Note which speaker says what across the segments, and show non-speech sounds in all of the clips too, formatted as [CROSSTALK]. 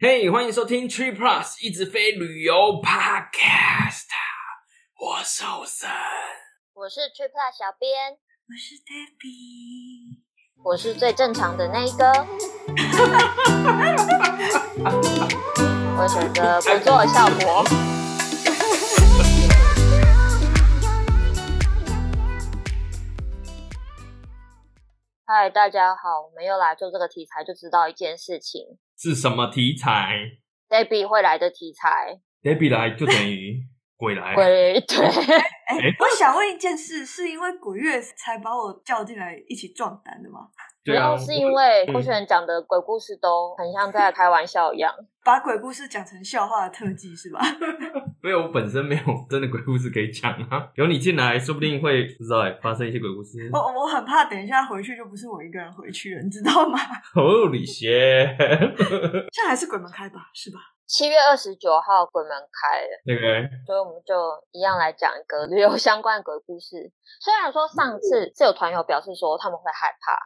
Speaker 1: 嘿欢迎收听 Tree Plus 一直飞旅游 Podcast，我是欧森。
Speaker 2: 我是 Tripla 小编，
Speaker 3: 我是 Debbie。
Speaker 2: 我是最正常的那一个。我选择不做效果。嗨，大家好，我们又来做这个题材，就知道一件事情
Speaker 1: 是什么题材
Speaker 2: ，Debbie 会来的题材，
Speaker 1: ？Debbie 来就等于鬼来，
Speaker 2: [LAUGHS] 鬼对，
Speaker 3: 哎、
Speaker 1: 诶
Speaker 3: 我想问一件事，是因为古月才把我叫进来一起撞单的吗？
Speaker 2: 主
Speaker 1: [LAUGHS] 对啊，
Speaker 2: 要是因为
Speaker 1: 嗯
Speaker 2: 候选人讲的鬼故事都很像在开玩笑一样。
Speaker 3: 把鬼故事讲成笑话的特技是吧？ [LAUGHS]
Speaker 1: 没有我本身没有真的鬼故事可以讲啊，有你进来，说不定会不知道哎，发生一些鬼故事。
Speaker 3: 我我很怕等一下回去就不是我一个人回去了，你知道吗？ [LAUGHS]
Speaker 1: 哦，李 [LAUGHS] 贤，
Speaker 3: 现在还是鬼门开吧，是吧？
Speaker 2: 七月二十九号鬼门开了。
Speaker 1: 那个
Speaker 2: 所以我们就一样来讲一个旅游相关的鬼故事。虽然说上次是有团友表示说他们会害怕，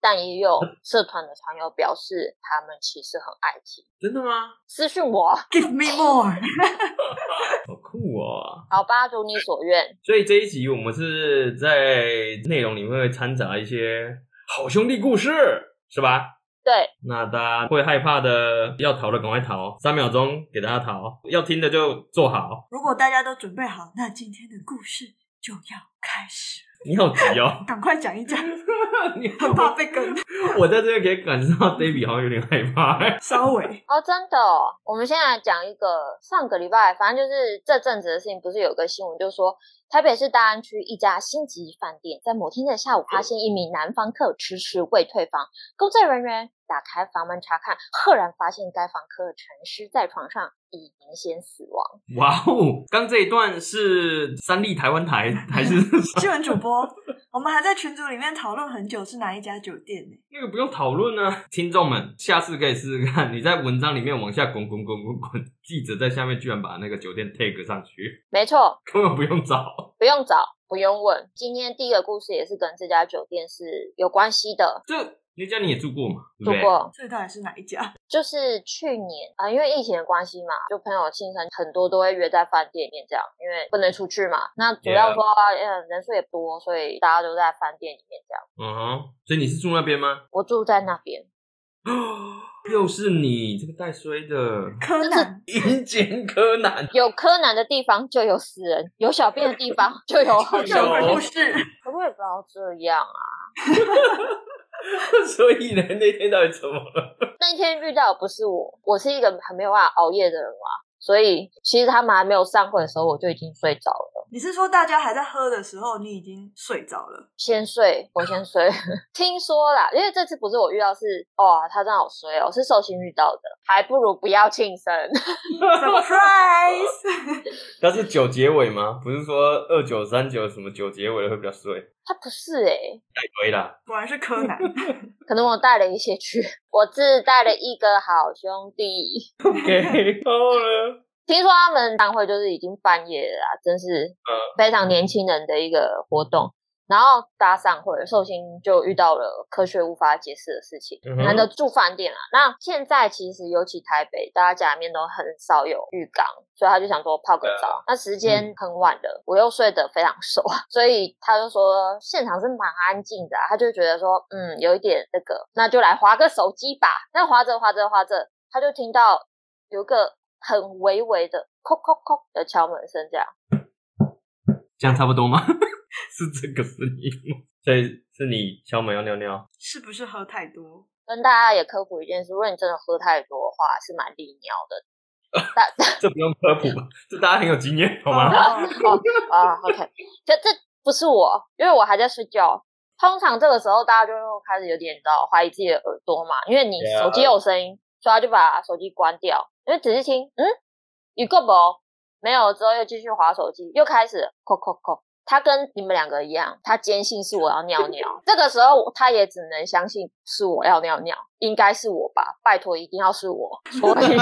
Speaker 2: 但也有社团的团友表示他们其实很爱听。
Speaker 1: 真的吗？
Speaker 2: 私讯我，
Speaker 3: Give me more！ [LAUGHS]
Speaker 1: 好酷哦！
Speaker 2: 好吧，如你所愿。
Speaker 1: 所以这一集我们是在内容里面会掺杂一些好兄弟故事，是吧？
Speaker 2: 对，
Speaker 1: 那大家会害怕的，要逃的赶快逃，三秒钟给大家逃；要听的就做好。
Speaker 3: 如果大家都准备好，那今天的故事就要开始了，，
Speaker 1: 你好急哦
Speaker 3: [LAUGHS]
Speaker 1: [LAUGHS]
Speaker 3: 赶快讲一讲，
Speaker 1: 你
Speaker 3: 很怕被跟。
Speaker 1: 我在这边可以感受到 Davy 好像有点害怕、 [LAUGHS]
Speaker 3: 稍微，
Speaker 2: 哦，真的哦、我们现在讲一个上个礼拜，反正就是这阵子的事情，不是有个新闻就说。台北市大安区一家星级饭店在某天的下午，发现一名男房客迟迟未退房，工作人员打开房门查看，赫然发现该房客沉尸在床上，已明显死亡。
Speaker 1: 哇哦，刚这一段是三立台湾台还是
Speaker 3: [LAUGHS] 新闻主播，我们还在群组里面讨论很久是哪一家酒店呢、
Speaker 1: 那个不用讨论啊？听众们，下次可以试试看，你在文章里面往下滚滚滚滚滚，记者在下面居然把那个酒店 tag 上去， [LAUGHS]
Speaker 2: 没错，
Speaker 1: 根本不用找。
Speaker 2: 不用找，不用问。今天第一个故事也是跟这家酒店是有关系的。
Speaker 1: 这那家你也住过嘛？对不
Speaker 2: 不
Speaker 1: 对？
Speaker 2: 过
Speaker 3: 所以到底是哪一家？
Speaker 2: 就是去年啊、呃因为疫情的关系嘛，就朋友亲人很多都会约在饭店里面这样，因为不能出去嘛。那主要
Speaker 1: Yeah.
Speaker 2: 说啊呃人数也多，所以大家都在饭店里面这样。
Speaker 1: 嗯哼，所以你是住那边吗？
Speaker 2: 我住在那边，
Speaker 1: 又是你这个带衰的
Speaker 3: 柯南。
Speaker 1: 阴间柯南， [LAUGHS]
Speaker 2: 有柯南的地方就有死人，有小便的地方就有好
Speaker 1: 就有
Speaker 2: 人。
Speaker 3: 鬼故事，
Speaker 2: 可不可以不要这样啊？
Speaker 1: 所以呢，那天到底怎么了？
Speaker 2: 那天遇到的不是我，我是一个很没有办法熬夜的人嘛，所以其实他们还没有散会的时候，我就已经睡着了。
Speaker 3: 你是说大家还在喝的时候，你已经睡着了？
Speaker 2: 先睡，我先睡。 [LAUGHS] 听说啦，因为这次不是我遇到是，哦，他真的好衰哦，是寿星遇到的，还不如不要庆生。 [LAUGHS]
Speaker 1: [LAUGHS]
Speaker 3: Surprise！
Speaker 1: 它是九结尾吗？不是说二九三九什么九结尾的会比较衰？
Speaker 2: 他不是诶、
Speaker 1: 带衰啦，
Speaker 3: 果然是柯南， [LAUGHS]
Speaker 2: 可能我带了一些去，我自带了一个好兄弟。
Speaker 1: OK，然后呢？
Speaker 2: 听说他们散会就是已经半夜了啦，真是非常年轻人的一个活动。
Speaker 1: 嗯
Speaker 2: 然后搭散会，寿星就遇到了科学无法解释的事情，
Speaker 1: 嗯哼
Speaker 2: 难得住饭店啦。啊那现在其实尤其台北，大家家里面都很少有浴缸，所以他就想说泡个
Speaker 1: 对啊嗯
Speaker 2: 澡。那时间很晚了，我又睡得非常熟，啊所以他就说现场是蛮安静的啊、他就觉得说嗯有一点那个，那就来划个手机吧。那划着划着划着，他就听到有一个很微微的“叩叩叩”的敲门声，这样。
Speaker 1: 这样差不多吗？ [LAUGHS] 是这个声音吗？所以是你敲门要尿尿，
Speaker 3: 是不是喝太多？
Speaker 2: 跟大家也科普一件事，如果你真的喝太多的话，是蛮利尿的。大
Speaker 1: 这不用科普吧？这大家很有经验好
Speaker 2: [LAUGHS]
Speaker 1: 吗？
Speaker 3: 哦
Speaker 2: 啊，OK，这这不是我，因为我还在睡觉。通常这个时候大家就会开始有点你知道怀疑自己的耳朵嘛，因为你
Speaker 1: Yeah
Speaker 2: 手机有声音，所以他就把手机关掉，因为仔细听，嗯，有个不哦没有之后又继续划手机，又开始扣扣扣。他跟你们两个一样，他坚信是我要尿尿。这个时候他也只能相信是我要尿尿，应该是我吧，拜托一定要是我。所以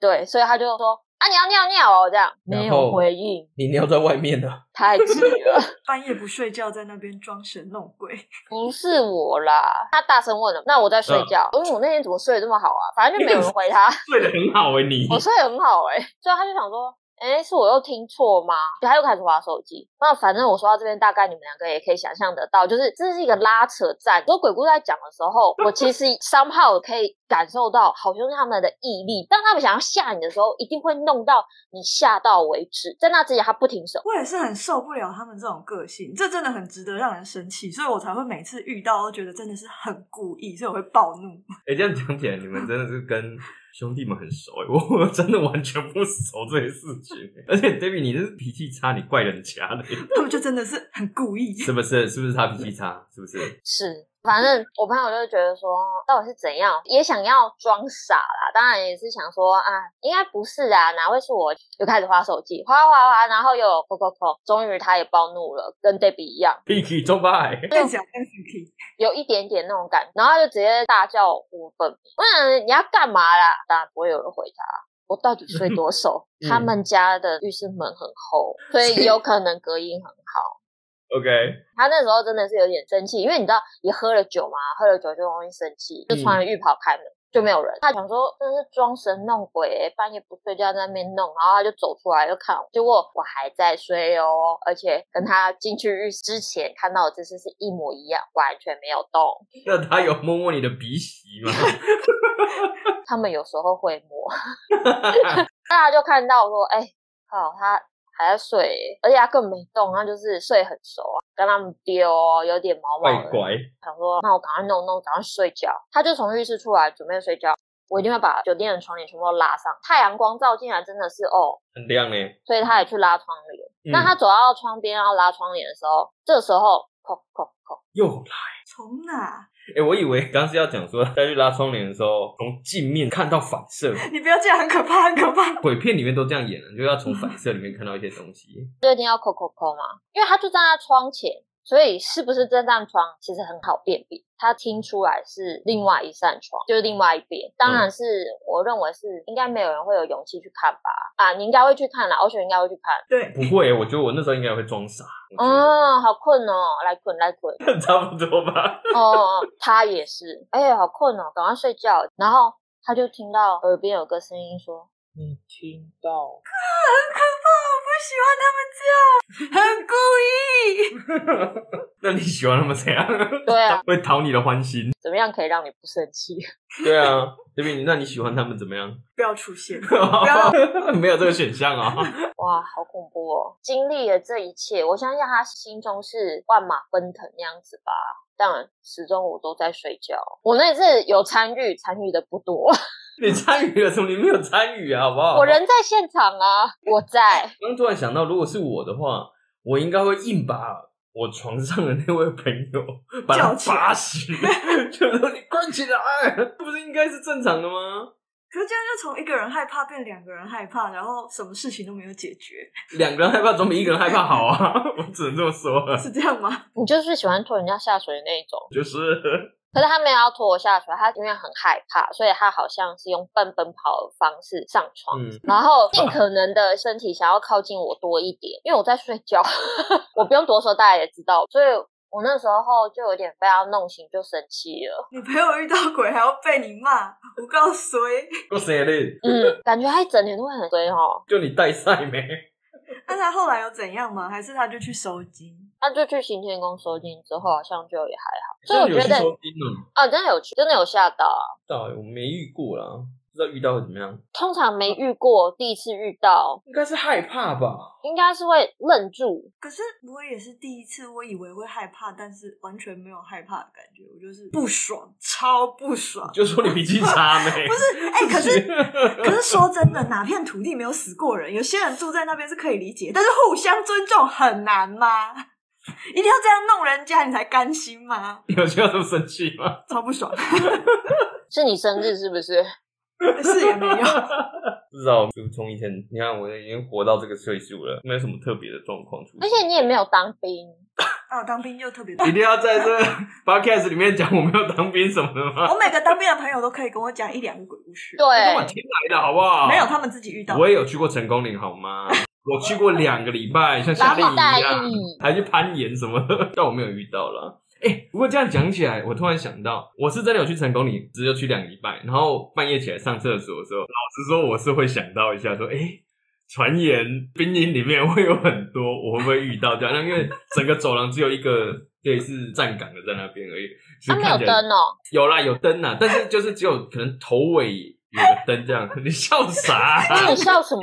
Speaker 2: 对，所以他就说啊，啊，你要尿尿哦，这样没
Speaker 1: 然
Speaker 2: 有
Speaker 1: 后
Speaker 2: 回应，
Speaker 1: 你尿在外面啊了，
Speaker 2: 太急了。
Speaker 3: 半夜不睡觉在那边装神弄鬼，
Speaker 2: 不是我啦，他大声问了，那我在
Speaker 1: 嗯
Speaker 2: 睡觉。因为我那天怎么睡得这么好啊？反正就没有人回他，
Speaker 1: 睡得很好哎、你。
Speaker 2: 我睡得很好哎、欸。所以他就想说，哎、是我又听错吗？他又开始划手机。那反正我说到这边，大概你们两个也可以想象得到，就是这是一个拉扯战。说鬼故事在讲的时候，我其实 somehow 可以感受到好兄弟他们的毅力。当他们想要吓你的时候，一定会弄到你吓到为止。在那之前，他不停手。
Speaker 3: 我也是很受不了他们这种个性，这真的很值得让人生气，所以我才会每次遇到都觉得真的是很故意，所以我会暴怒。
Speaker 1: 哎、这样讲起来，你们真的是跟兄弟们很熟哎、 [LAUGHS] 我真的完全不熟这些事情、欸。而且 David，你是脾气差，你怪人家的、
Speaker 3: 他们就真的是很故意，
Speaker 1: 是不是？是不是他脾气差？是不是？
Speaker 2: 是，反正我朋友就觉得说，到底是怎样，也想要装傻啦。当然也是想说啊，应该不是啊，哪会是我？又开始划手机，划划划，然后又扣扣扣，终于他也暴怒了，跟 d a b 一样，
Speaker 1: [LAUGHS] 脾气中败。
Speaker 3: 更想跟 CP。
Speaker 2: 有一点点那种感觉，然后他就直接大叫我本名，我想你要干嘛啦？当然不会有人回他。我到底睡多少？
Speaker 1: 嗯
Speaker 2: 他们家的浴室门很厚，所以有可能隔音很 [LAUGHS] 好。
Speaker 1: OK， [LAUGHS]
Speaker 2: 他那时候真的是有点生气，因为你知道也喝了酒嘛，喝了酒就容易生气，就穿了浴袍开门。就没有人，他想说真的是装神弄鬼、欸半夜不睡觉在那边弄，然后他就走出来就看我，结果我还在睡哦，而且跟他进去浴室之前看到的姿势是一模一样，完全没有动。
Speaker 1: 那他有摸摸你的鼻息 [LAUGHS] 吗？
Speaker 2: 他们有时候会
Speaker 1: [LAUGHS]
Speaker 2: 摸，那他就看到说，哎、靠，他还在睡、欸而且他根本没动，他就是睡很熟啊，跟他们丢哦，有点毛毛
Speaker 1: 怪
Speaker 2: 的。
Speaker 1: 怪。
Speaker 2: 想说，那我赶快弄弄，赶快睡觉。他就从浴室出来准备睡觉，我一定会把酒店的窗帘全部都拉上，太阳光照进来真的是哦，
Speaker 1: 很亮嘞、
Speaker 2: 所以他也去拉窗帘。
Speaker 1: 嗯
Speaker 2: 那他走到窗边要拉窗帘的时候，这时候，叩叩叩，
Speaker 1: 又来，
Speaker 3: 从哪？
Speaker 1: 哎、我以为刚是要讲说，再去拉窗帘的时候，从镜面看到反射，
Speaker 3: 你不要这样，很可怕，很可怕。
Speaker 1: 鬼片里面都这样演了，你就要从反射里面看到一些东西。
Speaker 2: 就一定要叩叩叩嘛，因为他就站在窗前，所以是不是这扇窗其实很好辨别。他听出来是另外一扇窗，就是另外一边。
Speaker 1: 嗯
Speaker 2: 当然是，我认为是应该没有人会有勇气去看吧？啊，你应该会去看啦，欧雪应该会去看。
Speaker 3: 对，
Speaker 1: 不会、我觉得我那时候应该会装傻，我觉得
Speaker 2: 哦，好困哦，来困来困。
Speaker 1: [LAUGHS] 差不多吧。 [LAUGHS]
Speaker 2: 哦哦，哦他也是，哎呀，好困哦，赶快睡觉。然后他就听到耳边有个声音
Speaker 1: [LAUGHS]
Speaker 2: 说
Speaker 1: 你听到？
Speaker 3: 啊我不喜欢他们这样，很 [LAUGHS] 故意。
Speaker 1: 那你喜欢他们怎样？：“
Speaker 2: 对啊，
Speaker 1: [LAUGHS] 会讨你的欢心。
Speaker 2: 怎么样可以让你不生气
Speaker 1: 对啊， [LAUGHS] 这边那你喜欢他们怎么样？
Speaker 3: 不要出现，
Speaker 1: [LAUGHS] 没有这个选项啊、？”
Speaker 2: 哇，好恐怖哦！经历了这一切，我相信他心中是万马奔腾那样子吧。当然，始终我都在睡觉。我那次有参与，参与的不多，
Speaker 1: 你 [LAUGHS] 参与了什么？你没有参与啊，好不好？
Speaker 2: 我人在现场啊，我在。
Speaker 1: 刚突然想到，如果是我的话，我应该会硬把我床上的那位朋友把他
Speaker 3: 叫起来
Speaker 1: 拔醒，就说你关起来，不是应该是正常的吗？
Speaker 3: 可是这样就从一个人害怕变两个人害怕，然后什么事情都没有解决，
Speaker 1: 两个人害怕总比一个人害怕好啊， [LAUGHS] 我只能这么说了。
Speaker 3: 是这样吗？ [LAUGHS]
Speaker 2: 你就是喜欢拖人家下水的那一种。
Speaker 1: 就是
Speaker 2: 可是他没有要拖我下水，他因为很害怕，所以他好像是用半奔跑的方式上床，
Speaker 1: 嗯，
Speaker 2: 然后尽可能的身体想要靠近我多一点，因为我在睡觉， [LAUGHS] 我不用多说，大家也知道，所以。我那时候就有点被他弄醒，就生气了。
Speaker 3: 你陪我遇到鬼还要被你骂，我告诉谁？
Speaker 1: 够谁嘞？
Speaker 2: 嗯，感觉他一整年都会很衰哦。
Speaker 1: 就你带赛没？
Speaker 3: [LAUGHS] 那他后来有怎样吗？还是他就去收金？
Speaker 2: 他就去行天宫收金之后，好像就也还好。所以
Speaker 1: 这
Speaker 2: 我
Speaker 1: 有去
Speaker 2: 觉得
Speaker 1: 收金呢？
Speaker 2: 啊，真的有真的有吓到啊。
Speaker 1: 到我没遇过啦，不知道遇到会怎么样，
Speaker 2: 通常没遇过，第一次遇到，
Speaker 1: 应该是害怕吧？
Speaker 2: 应该是会愣住，
Speaker 3: 可是我也是第一次，我以为会害怕，但是完全没有害怕的感觉，我就是不爽，超不爽。
Speaker 1: 就说你脾气差没？
Speaker 3: 不是，哎、可是
Speaker 1: [LAUGHS]
Speaker 3: 可是说真的，哪片土地没有死过人？有些人住在那边是可以理解，但是互相尊重很难吗？ [LAUGHS] 一定要这样弄人家，你才甘心吗？
Speaker 1: 有需要这么生气吗？
Speaker 3: 超不爽，
Speaker 2: 是你生日是不是？
Speaker 1: 嗯
Speaker 3: 是也没 [LAUGHS] 有。
Speaker 1: 不知道，就从以前，你看我已经活到这个岁数了，没有什么特别的状况出现。
Speaker 2: 而且你也没有当兵，
Speaker 3: 啊，当兵就特别
Speaker 1: 一定要在这 [LAUGHS] podcast 里面讲我没有当兵什么的吗？
Speaker 3: 我每个当兵的朋友都可以跟我讲一两个鬼故事。
Speaker 1: 都我
Speaker 2: 对，
Speaker 1: 听来的好不好？
Speaker 3: 没有，他们自己遇到。
Speaker 1: 我也有去过成功岭，好吗？我去过两个礼拜，像夏
Speaker 2: 然
Speaker 1: 令营
Speaker 2: 后大
Speaker 1: 一
Speaker 2: 意
Speaker 1: 样，还去攀岩什么的， [LAUGHS] 但我没有遇到啦。哎、不过这样讲起来，我突然想到，我是真的有去成功岭，只有去两个礼拜，然后半夜起来上厕所的时候，老实说，我是会想到一下说，哎、传言兵营里面 [LAUGHS] 会有很多，我会不会遇到这样？那因为整个走廊只有一个类似站岗的在那边而已，所
Speaker 2: 他
Speaker 1: 以
Speaker 2: 没有
Speaker 1: 看起来
Speaker 2: 灯哦，
Speaker 1: 有啦，有灯啊呐，但是就是只有可能头尾有个灯这样。 [LAUGHS] 你笑啥、啊
Speaker 2: [LAUGHS] 那你笑什么？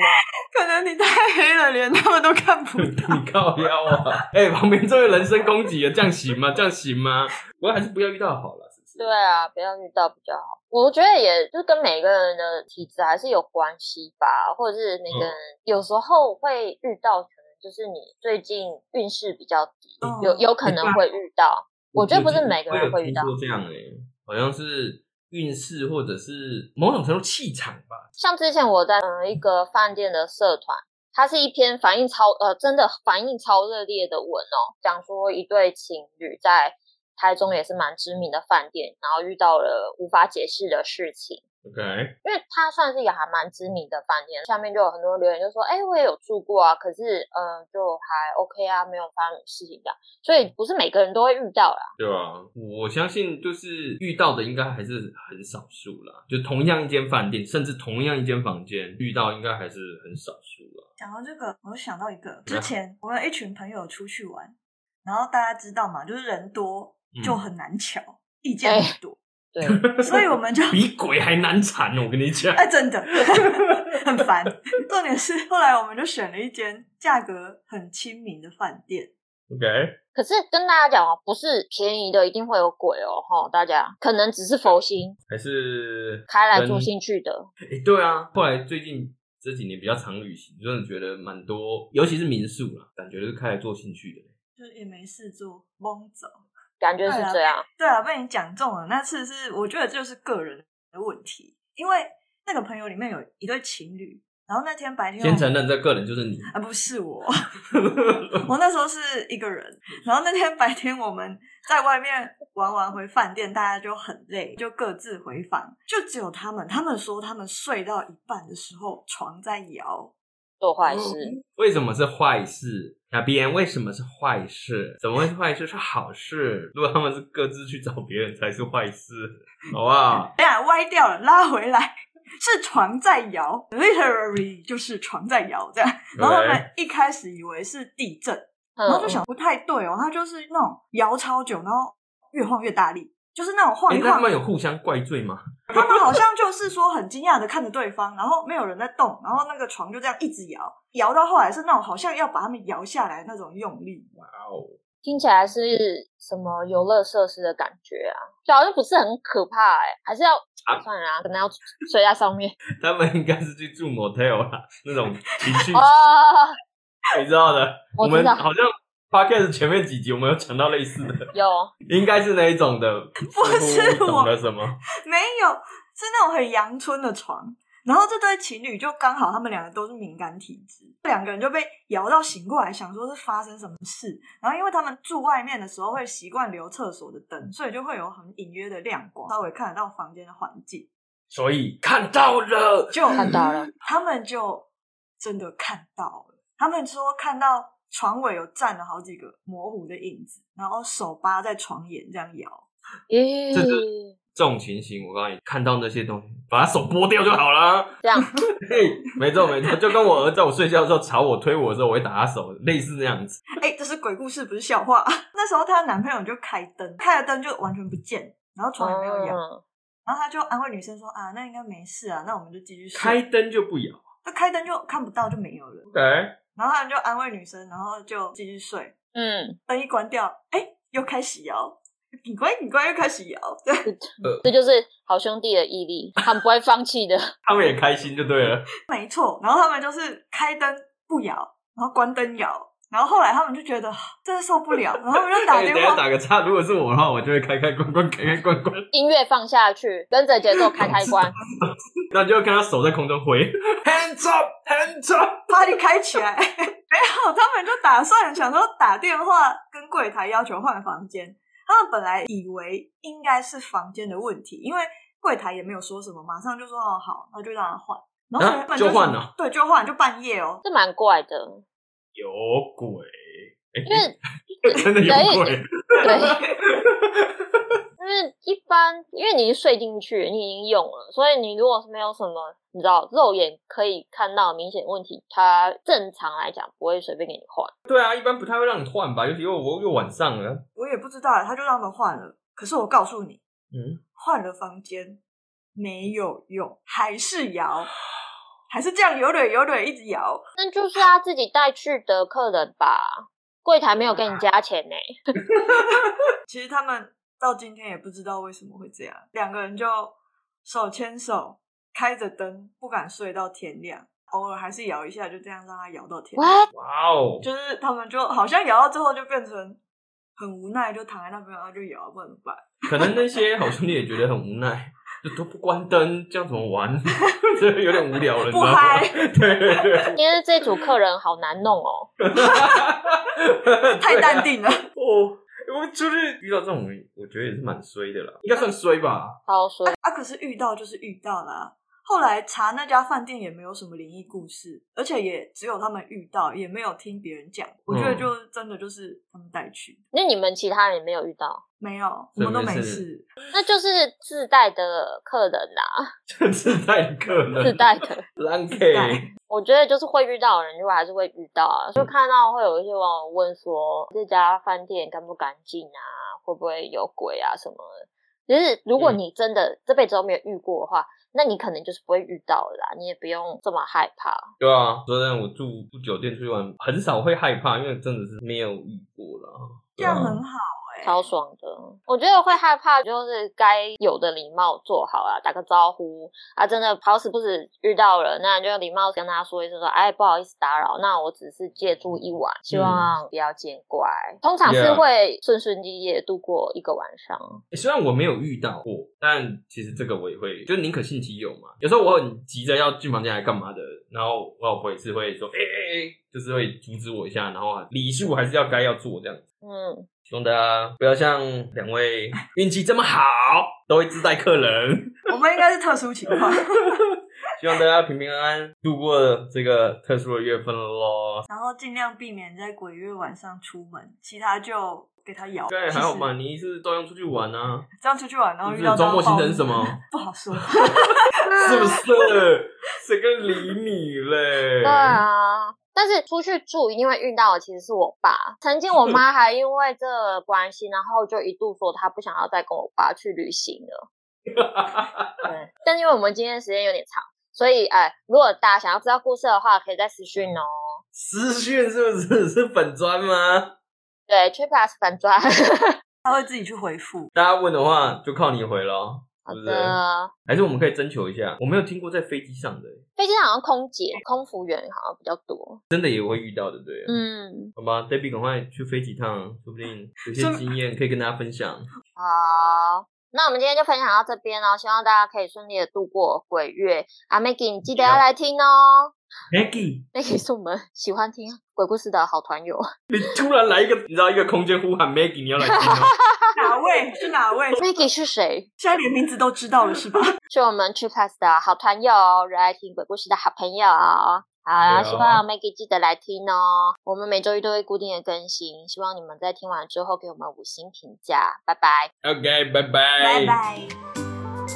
Speaker 3: 可能你太黑了，连他们都看
Speaker 1: [LAUGHS]
Speaker 3: 不到。
Speaker 1: 你靠腰啊！哎、旁边这位人身攻击啊了，这样行吗？这样行吗？不过还是不要遇到好了，是不是？
Speaker 2: 对啊，不要遇到比较好。我觉得也就跟每个人的体质还是有关系吧，或者是每
Speaker 1: 嗯
Speaker 2: 个人有时候会遇到，可能就是你最近运势比较低，
Speaker 3: 哦
Speaker 2: 有有可能会遇到。我觉得不是每个人会遇到
Speaker 1: 我有听说这样哎、好像是运势或者是某种程度气场吧。
Speaker 2: 像之前我在嗯一个饭店的社团，它是一篇反应超呃真的反应超热烈的文哦，讲说一对情侣在台中也是蛮知名的饭店，然后遇到了无法解释的事情。
Speaker 1: OK，
Speaker 2: 因为它算是一个还蛮知名的饭店，下面就有很多留言就说，哎、我也有住过啊，可是嗯，就还 OK 啊，没有发生什么事情这样，所以不是每个人都会遇到啦。
Speaker 1: 对吧？我相信就是遇到的应该还是很少数啦。就同样一间饭店，甚至同样一间房间遇到，应该还是很少数啦。
Speaker 3: 讲到这个，我就想到一个，
Speaker 1: 对啊
Speaker 3: 之前我们一群朋友出去玩，然后大家知道嘛，就是人多
Speaker 1: 嗯
Speaker 3: 就很难瞧，意见很多，
Speaker 1: [LAUGHS]
Speaker 2: 对，
Speaker 3: 所以我们就
Speaker 1: 比鬼还难缠，我跟你讲。
Speaker 2: 呃
Speaker 3: 哎，真的 [LAUGHS] 很烦。重点是后来我们就选了一间价格很亲民的饭店，
Speaker 1: OK，
Speaker 2: 可是跟大家讲哦，不是便宜的一定会有鬼哦，哈，大家可能只是佛心
Speaker 1: 还是
Speaker 2: 开来做
Speaker 1: 跟
Speaker 2: 兴趣的，
Speaker 1: 诶对啊，后来最近这几年比较常旅行，真的觉得蛮多，尤其是民宿啦，感觉是开来做兴趣的。
Speaker 3: 就是也没事做，蒙走。
Speaker 2: 感觉是这样。
Speaker 3: 对啊，被你讲中了。那次是我觉得就是个人的问题，因为那个朋友里面有一对情侣，然后那天白天我
Speaker 1: 先承认这个人就是你，
Speaker 3: 啊，不是我， [LAUGHS] 我那时候是一个人。然后那天白天我们在外面玩完回饭店，大家就很累，就各自回房，就只有他们。他们说他们睡到一半的时候，床在摇。
Speaker 2: 做坏事，
Speaker 1: 为什么是坏事？那边为什么是坏事？怎么会是坏事？是好事。如果他们是各自去找别人才是坏事，好不
Speaker 3: [LAUGHS]
Speaker 1: 好？
Speaker 3: 哎呀，歪掉了，拉回来。是床在摇，literally 就是床在摇这样。然后他们一开始以为是地震，
Speaker 2: 嗯
Speaker 3: 然后就想不太对哦，它就是那种摇超久，然后越晃越大力，就是那种晃
Speaker 1: 哎、
Speaker 3: 一
Speaker 1: 那他
Speaker 3: 晃
Speaker 1: 们有互相怪罪吗？ [LAUGHS]
Speaker 3: 他们好像就是说很惊讶的看着对方，然后没有人在动，然后那个床就这样一直摇，摇到后来是那种好像要把他们摇下来那种用力。
Speaker 1: 哇哦，
Speaker 2: 听起来是什么游乐设施的感觉啊，就好像不是很可怕哎、还是要、
Speaker 1: 啊
Speaker 2: 算了啊，可能要睡在上面
Speaker 1: [LAUGHS] 他们应该是去住 motel 啦，那种情趣
Speaker 2: 哦。
Speaker 1: 你知道的。
Speaker 2: 我知
Speaker 1: 们啊
Speaker 2: 道
Speaker 1: 好像 podcast 前面几集我们有讲到类似的，
Speaker 2: 有
Speaker 1: 应该是那一种的，不
Speaker 3: 是我
Speaker 1: 懂了什么？
Speaker 3: 没有，是那种很阳春的床。然后这对情侣就刚好他们两个都是敏感体质，两个人就被摇到醒过来，想说是发生什么事。然后因为他们住外面的时候会习惯留厕所的灯，所以就会有很隐约的亮光，稍微看得到房间的环境。
Speaker 1: 所以看到了，
Speaker 3: 就嗯
Speaker 2: 看到了，
Speaker 3: 他们就真的看到了。他们说看到床尾有站了好几个模糊的影子，然后手扒在床沿这样摇。 [LAUGHS]
Speaker 2: 咦，
Speaker 1: 这 [LAUGHS] 是这种情形，我告诉你，看到那些东西，把他手剥掉就好了。
Speaker 2: 这样
Speaker 1: 嘿，没错没错，就跟我儿在我睡觉的时候吵我、推我的时候，我会打他手，类似那样子。
Speaker 3: 哎、这是鬼故事，不是笑话。 [LAUGHS] 那时候她的男朋友就开灯，开了灯就完全不见，然后床也没有摇。
Speaker 2: 嗯，
Speaker 3: 然后她就安慰女生说：“啊，那应该没事啊，那我们就继续睡。”
Speaker 1: 开灯就不咬。
Speaker 3: 那开灯就看不到，就没有了。
Speaker 1: OK，
Speaker 3: 然后他们就安慰女生，然后就继续睡。
Speaker 2: 嗯，
Speaker 3: 灯一关掉，哎、又开始摇， [LAUGHS] 你乖你乖，又开始摇。对，
Speaker 2: 这就是好兄弟的毅力，他们不会放弃的。 [LAUGHS]
Speaker 1: 他们也开心就对了。
Speaker 3: 没错，然后他们就是开灯不摇，然后关灯摇，然后后来他们就觉得 [GASPS] 真的受不
Speaker 1: [LAUGHS]
Speaker 3: 了，然后他们就打
Speaker 1: 哎
Speaker 3: 电
Speaker 1: 等一下
Speaker 3: 话，
Speaker 1: 打个岔，如果是我的话，我就会开开关关，开开关 [LAUGHS] 关，
Speaker 2: 音乐放下去，跟着节奏开开关，
Speaker 1: 那就会看他手在空中挥。Hands up，hands up。
Speaker 3: [LAUGHS] 把你开起来。没有，他们就打算想说打电话跟柜台要求换房间。他们本来以为应该是房间的问题，因为柜台也没有说什么，马上就说哦好，那就让他换。然后
Speaker 1: 啊
Speaker 3: 原本
Speaker 1: 就是换了
Speaker 3: 对，就换，就半夜哦。
Speaker 2: 这蛮怪的，
Speaker 1: 有 [LAUGHS] 鬼，哎
Speaker 2: 因
Speaker 1: [LAUGHS]
Speaker 2: 为
Speaker 1: 真的有鬼，
Speaker 2: 对，因为一般因为你已经睡进去，你已经用了，所以你如果是没有什么你知道肉眼可以看到明显问题，它正常来讲不会随便给你换。
Speaker 1: 对啊，一般不太会让你换吧，尤其又我又晚上了，
Speaker 3: 我也不知道，他就让他们换了。可是我告诉你，
Speaker 1: 嗯，
Speaker 3: 换了房间没有用，还是摇，还是这样有点有点一直摇。
Speaker 2: 那就是他自己带去的客人吧，柜台没有给你加钱呢、
Speaker 3: 其实他们到今天也不知道为什么会这样，两个人就手牵手，开着灯，不敢睡到天亮，偶尔还是摇一下，就这样让他摇到天亮。
Speaker 2: What？
Speaker 1: 哇哦，
Speaker 3: 就是他们就好像摇到最后就变成很无奈，就躺在那边，然后就摇，不然怎么办？
Speaker 1: 可能那些好兄弟也觉得很无奈， [LAUGHS] 就都不关灯，这样怎么玩？ [LAUGHS] 这有点无聊了，你知道
Speaker 3: 不
Speaker 1: 吗？
Speaker 3: 嗨，
Speaker 1: 对对 [LAUGHS] 对，
Speaker 2: 今天这组客人好难弄哦。
Speaker 3: 太淡定了。
Speaker 1: 哦。我出去遇到这种，我觉得也是蛮衰的啦，应该算衰吧。 [LAUGHS]
Speaker 2: 超衰，
Speaker 3: 啊，可是遇到就是遇到啦、后来查那家饭店也没有什么灵异故事，而且也只有他们遇到，也没有听别人讲。我觉得
Speaker 1: 嗯
Speaker 3: 就真的就是他们带去，
Speaker 2: 那你们其他人也没有遇到，
Speaker 3: 没有，我
Speaker 1: 所以
Speaker 3: 们都
Speaker 1: 没
Speaker 3: 没
Speaker 1: 事
Speaker 3: 事。
Speaker 2: 那就是自带的客人啦、
Speaker 1: 自带客
Speaker 2: 自
Speaker 1: 人，
Speaker 2: 带的。
Speaker 1: 浪费
Speaker 3: 自带
Speaker 2: 我觉得就是会遇到的人，就还是会遇到啊。就看到会有一些网友问说，这家饭店干不干净啊，会不会有鬼啊什么的。其实如果
Speaker 1: 嗯
Speaker 2: 你真的这辈子都没有遇过的话，那你可能就是不会遇到了啦，你也不用这么害怕。
Speaker 1: 对啊，说真的，我住住酒店出去玩，很少会害怕，因为真的是没有遇过啦。
Speaker 3: 这
Speaker 1: 对啊
Speaker 3: 样很好哎、
Speaker 2: 超爽的，我觉得会害怕就是该有的礼貌做好啊，打个招呼啊，真的好死不死遇到了，那就礼貌跟他说一声说，哎，不好意思打扰，那我只是借住一晚，希望不要见怪。通常是
Speaker 1: Yeah
Speaker 2: 会顺顺利利地度过一个晚上，
Speaker 1: 欸虽然我没有遇到过，但其实这个我也会，就宁可信其有嘛。有时候我很急着要进房间来干嘛的，然后我老婆也是会说，哎哎哎，就是会阻止我一下，然后啊礼数还是要该要做这样子。
Speaker 2: 嗯，
Speaker 1: 希望大家不要像两位运气这么好，都会自带客人。
Speaker 3: 我们应该是特殊情况。 [LAUGHS]
Speaker 1: 希望大家平平安安度过这个特殊的月份喽。
Speaker 3: 然后尽量避免在鬼月晚上出门，其他就给他摇。
Speaker 1: 应该
Speaker 3: 其实
Speaker 1: 还好吧？你是照样出去玩啊，
Speaker 3: 这样出去玩，然后
Speaker 1: 就
Speaker 3: 遇
Speaker 1: 是
Speaker 3: 到
Speaker 1: 周末
Speaker 3: 这
Speaker 1: 行
Speaker 3: 样暴
Speaker 1: 程
Speaker 3: 怒
Speaker 1: 什么，
Speaker 3: 不好说。 [LAUGHS]
Speaker 1: 是不是？ [LAUGHS] 谁跟理你嘞？
Speaker 2: 对啊。但是出去住一定会遇到的，其实是我爸。曾经我妈还因为这个关系，然后就一度说她不想要再跟我爸去旅行了。对，嗯但因为我们今天时间有点长，所以哎、如果大家想要知道故事的话，可以在私讯哦。
Speaker 1: 私讯是不是是粉砖吗？
Speaker 2: 对 t r i p l [LAUGHS] s 反转，
Speaker 3: 他会自己去回复。 [LAUGHS]
Speaker 1: 大家问的话就靠你回咯，
Speaker 2: 好
Speaker 1: 是不是？
Speaker 2: 的。
Speaker 1: 还是我们可以征求一下，我没有听过在飞机上的，欸
Speaker 2: 飞机上好像空姐、空服员好像比较多。
Speaker 1: 真的也会遇到的，对。
Speaker 2: 嗯，
Speaker 1: 好吧，Debbie，赶快去飞几趟，说不定有些
Speaker 3: 顺
Speaker 1: 经验可以跟大家分享。
Speaker 2: 好。那我们今天就分享到这边哦，希望大家可以顺利的度过鬼月。阿 Maggie，你记得要来听哦。
Speaker 1: Maggie，
Speaker 2: Maggie 是我们喜欢听鬼故事的好团友。
Speaker 1: 你突然来一个，你知道一个空间呼喊 Maggie，你要来听哦。
Speaker 3: 哪位是哪位？
Speaker 2: Maggie 是谁？
Speaker 3: [LAUGHS] 现在连名字都知道了是吧？
Speaker 2: 是我们 t r i p l s 的好团友，热爱听鬼故事的好朋友。好啦，
Speaker 1: 对啊
Speaker 2: 希望 Maggie 记得来听哦。我们每周一都会固定的更新，希望你们在听完之后给我们五星评价。拜拜。
Speaker 1: OK，拜拜，
Speaker 3: 拜
Speaker 1: [LAUGHS]
Speaker 3: 拜。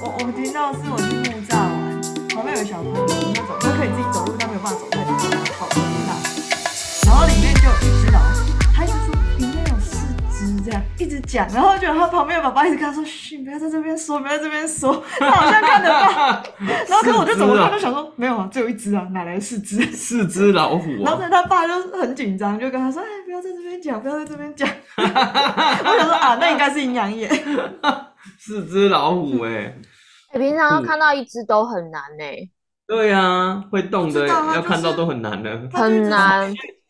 Speaker 3: 我我听到是我去木栅玩，旁边有小朋友那种，他可以自己走路，但没有办法走太远，跑到木栅，然后里面就有一只老鼠，他就说里面有四只这样，一直讲，然后就他旁边的爸爸一直跟他说，嘘，不要在这边说，不要在这边说，他好像看得到，然后可是我就怎么看都想说，没有啊，只有一只啊，哪来的四只？
Speaker 1: 四只老虎
Speaker 3: 然后
Speaker 1: 啊，
Speaker 3: 所以他爸就很紧张，就跟他说：“哎，不要在这边讲，不要在这边讲。” [LAUGHS] 我想说啊，那应该是阴阳眼。 [LAUGHS]
Speaker 1: 四只老虎哎、
Speaker 2: 欸、平常要
Speaker 1: 嗯
Speaker 2: 看到一只都很难呢、欸
Speaker 1: 对啊，会动的、
Speaker 3: 知道啊
Speaker 1: 要看到
Speaker 3: 就是
Speaker 1: 都很难的。
Speaker 3: 他就一直
Speaker 2: 很难
Speaker 3: 说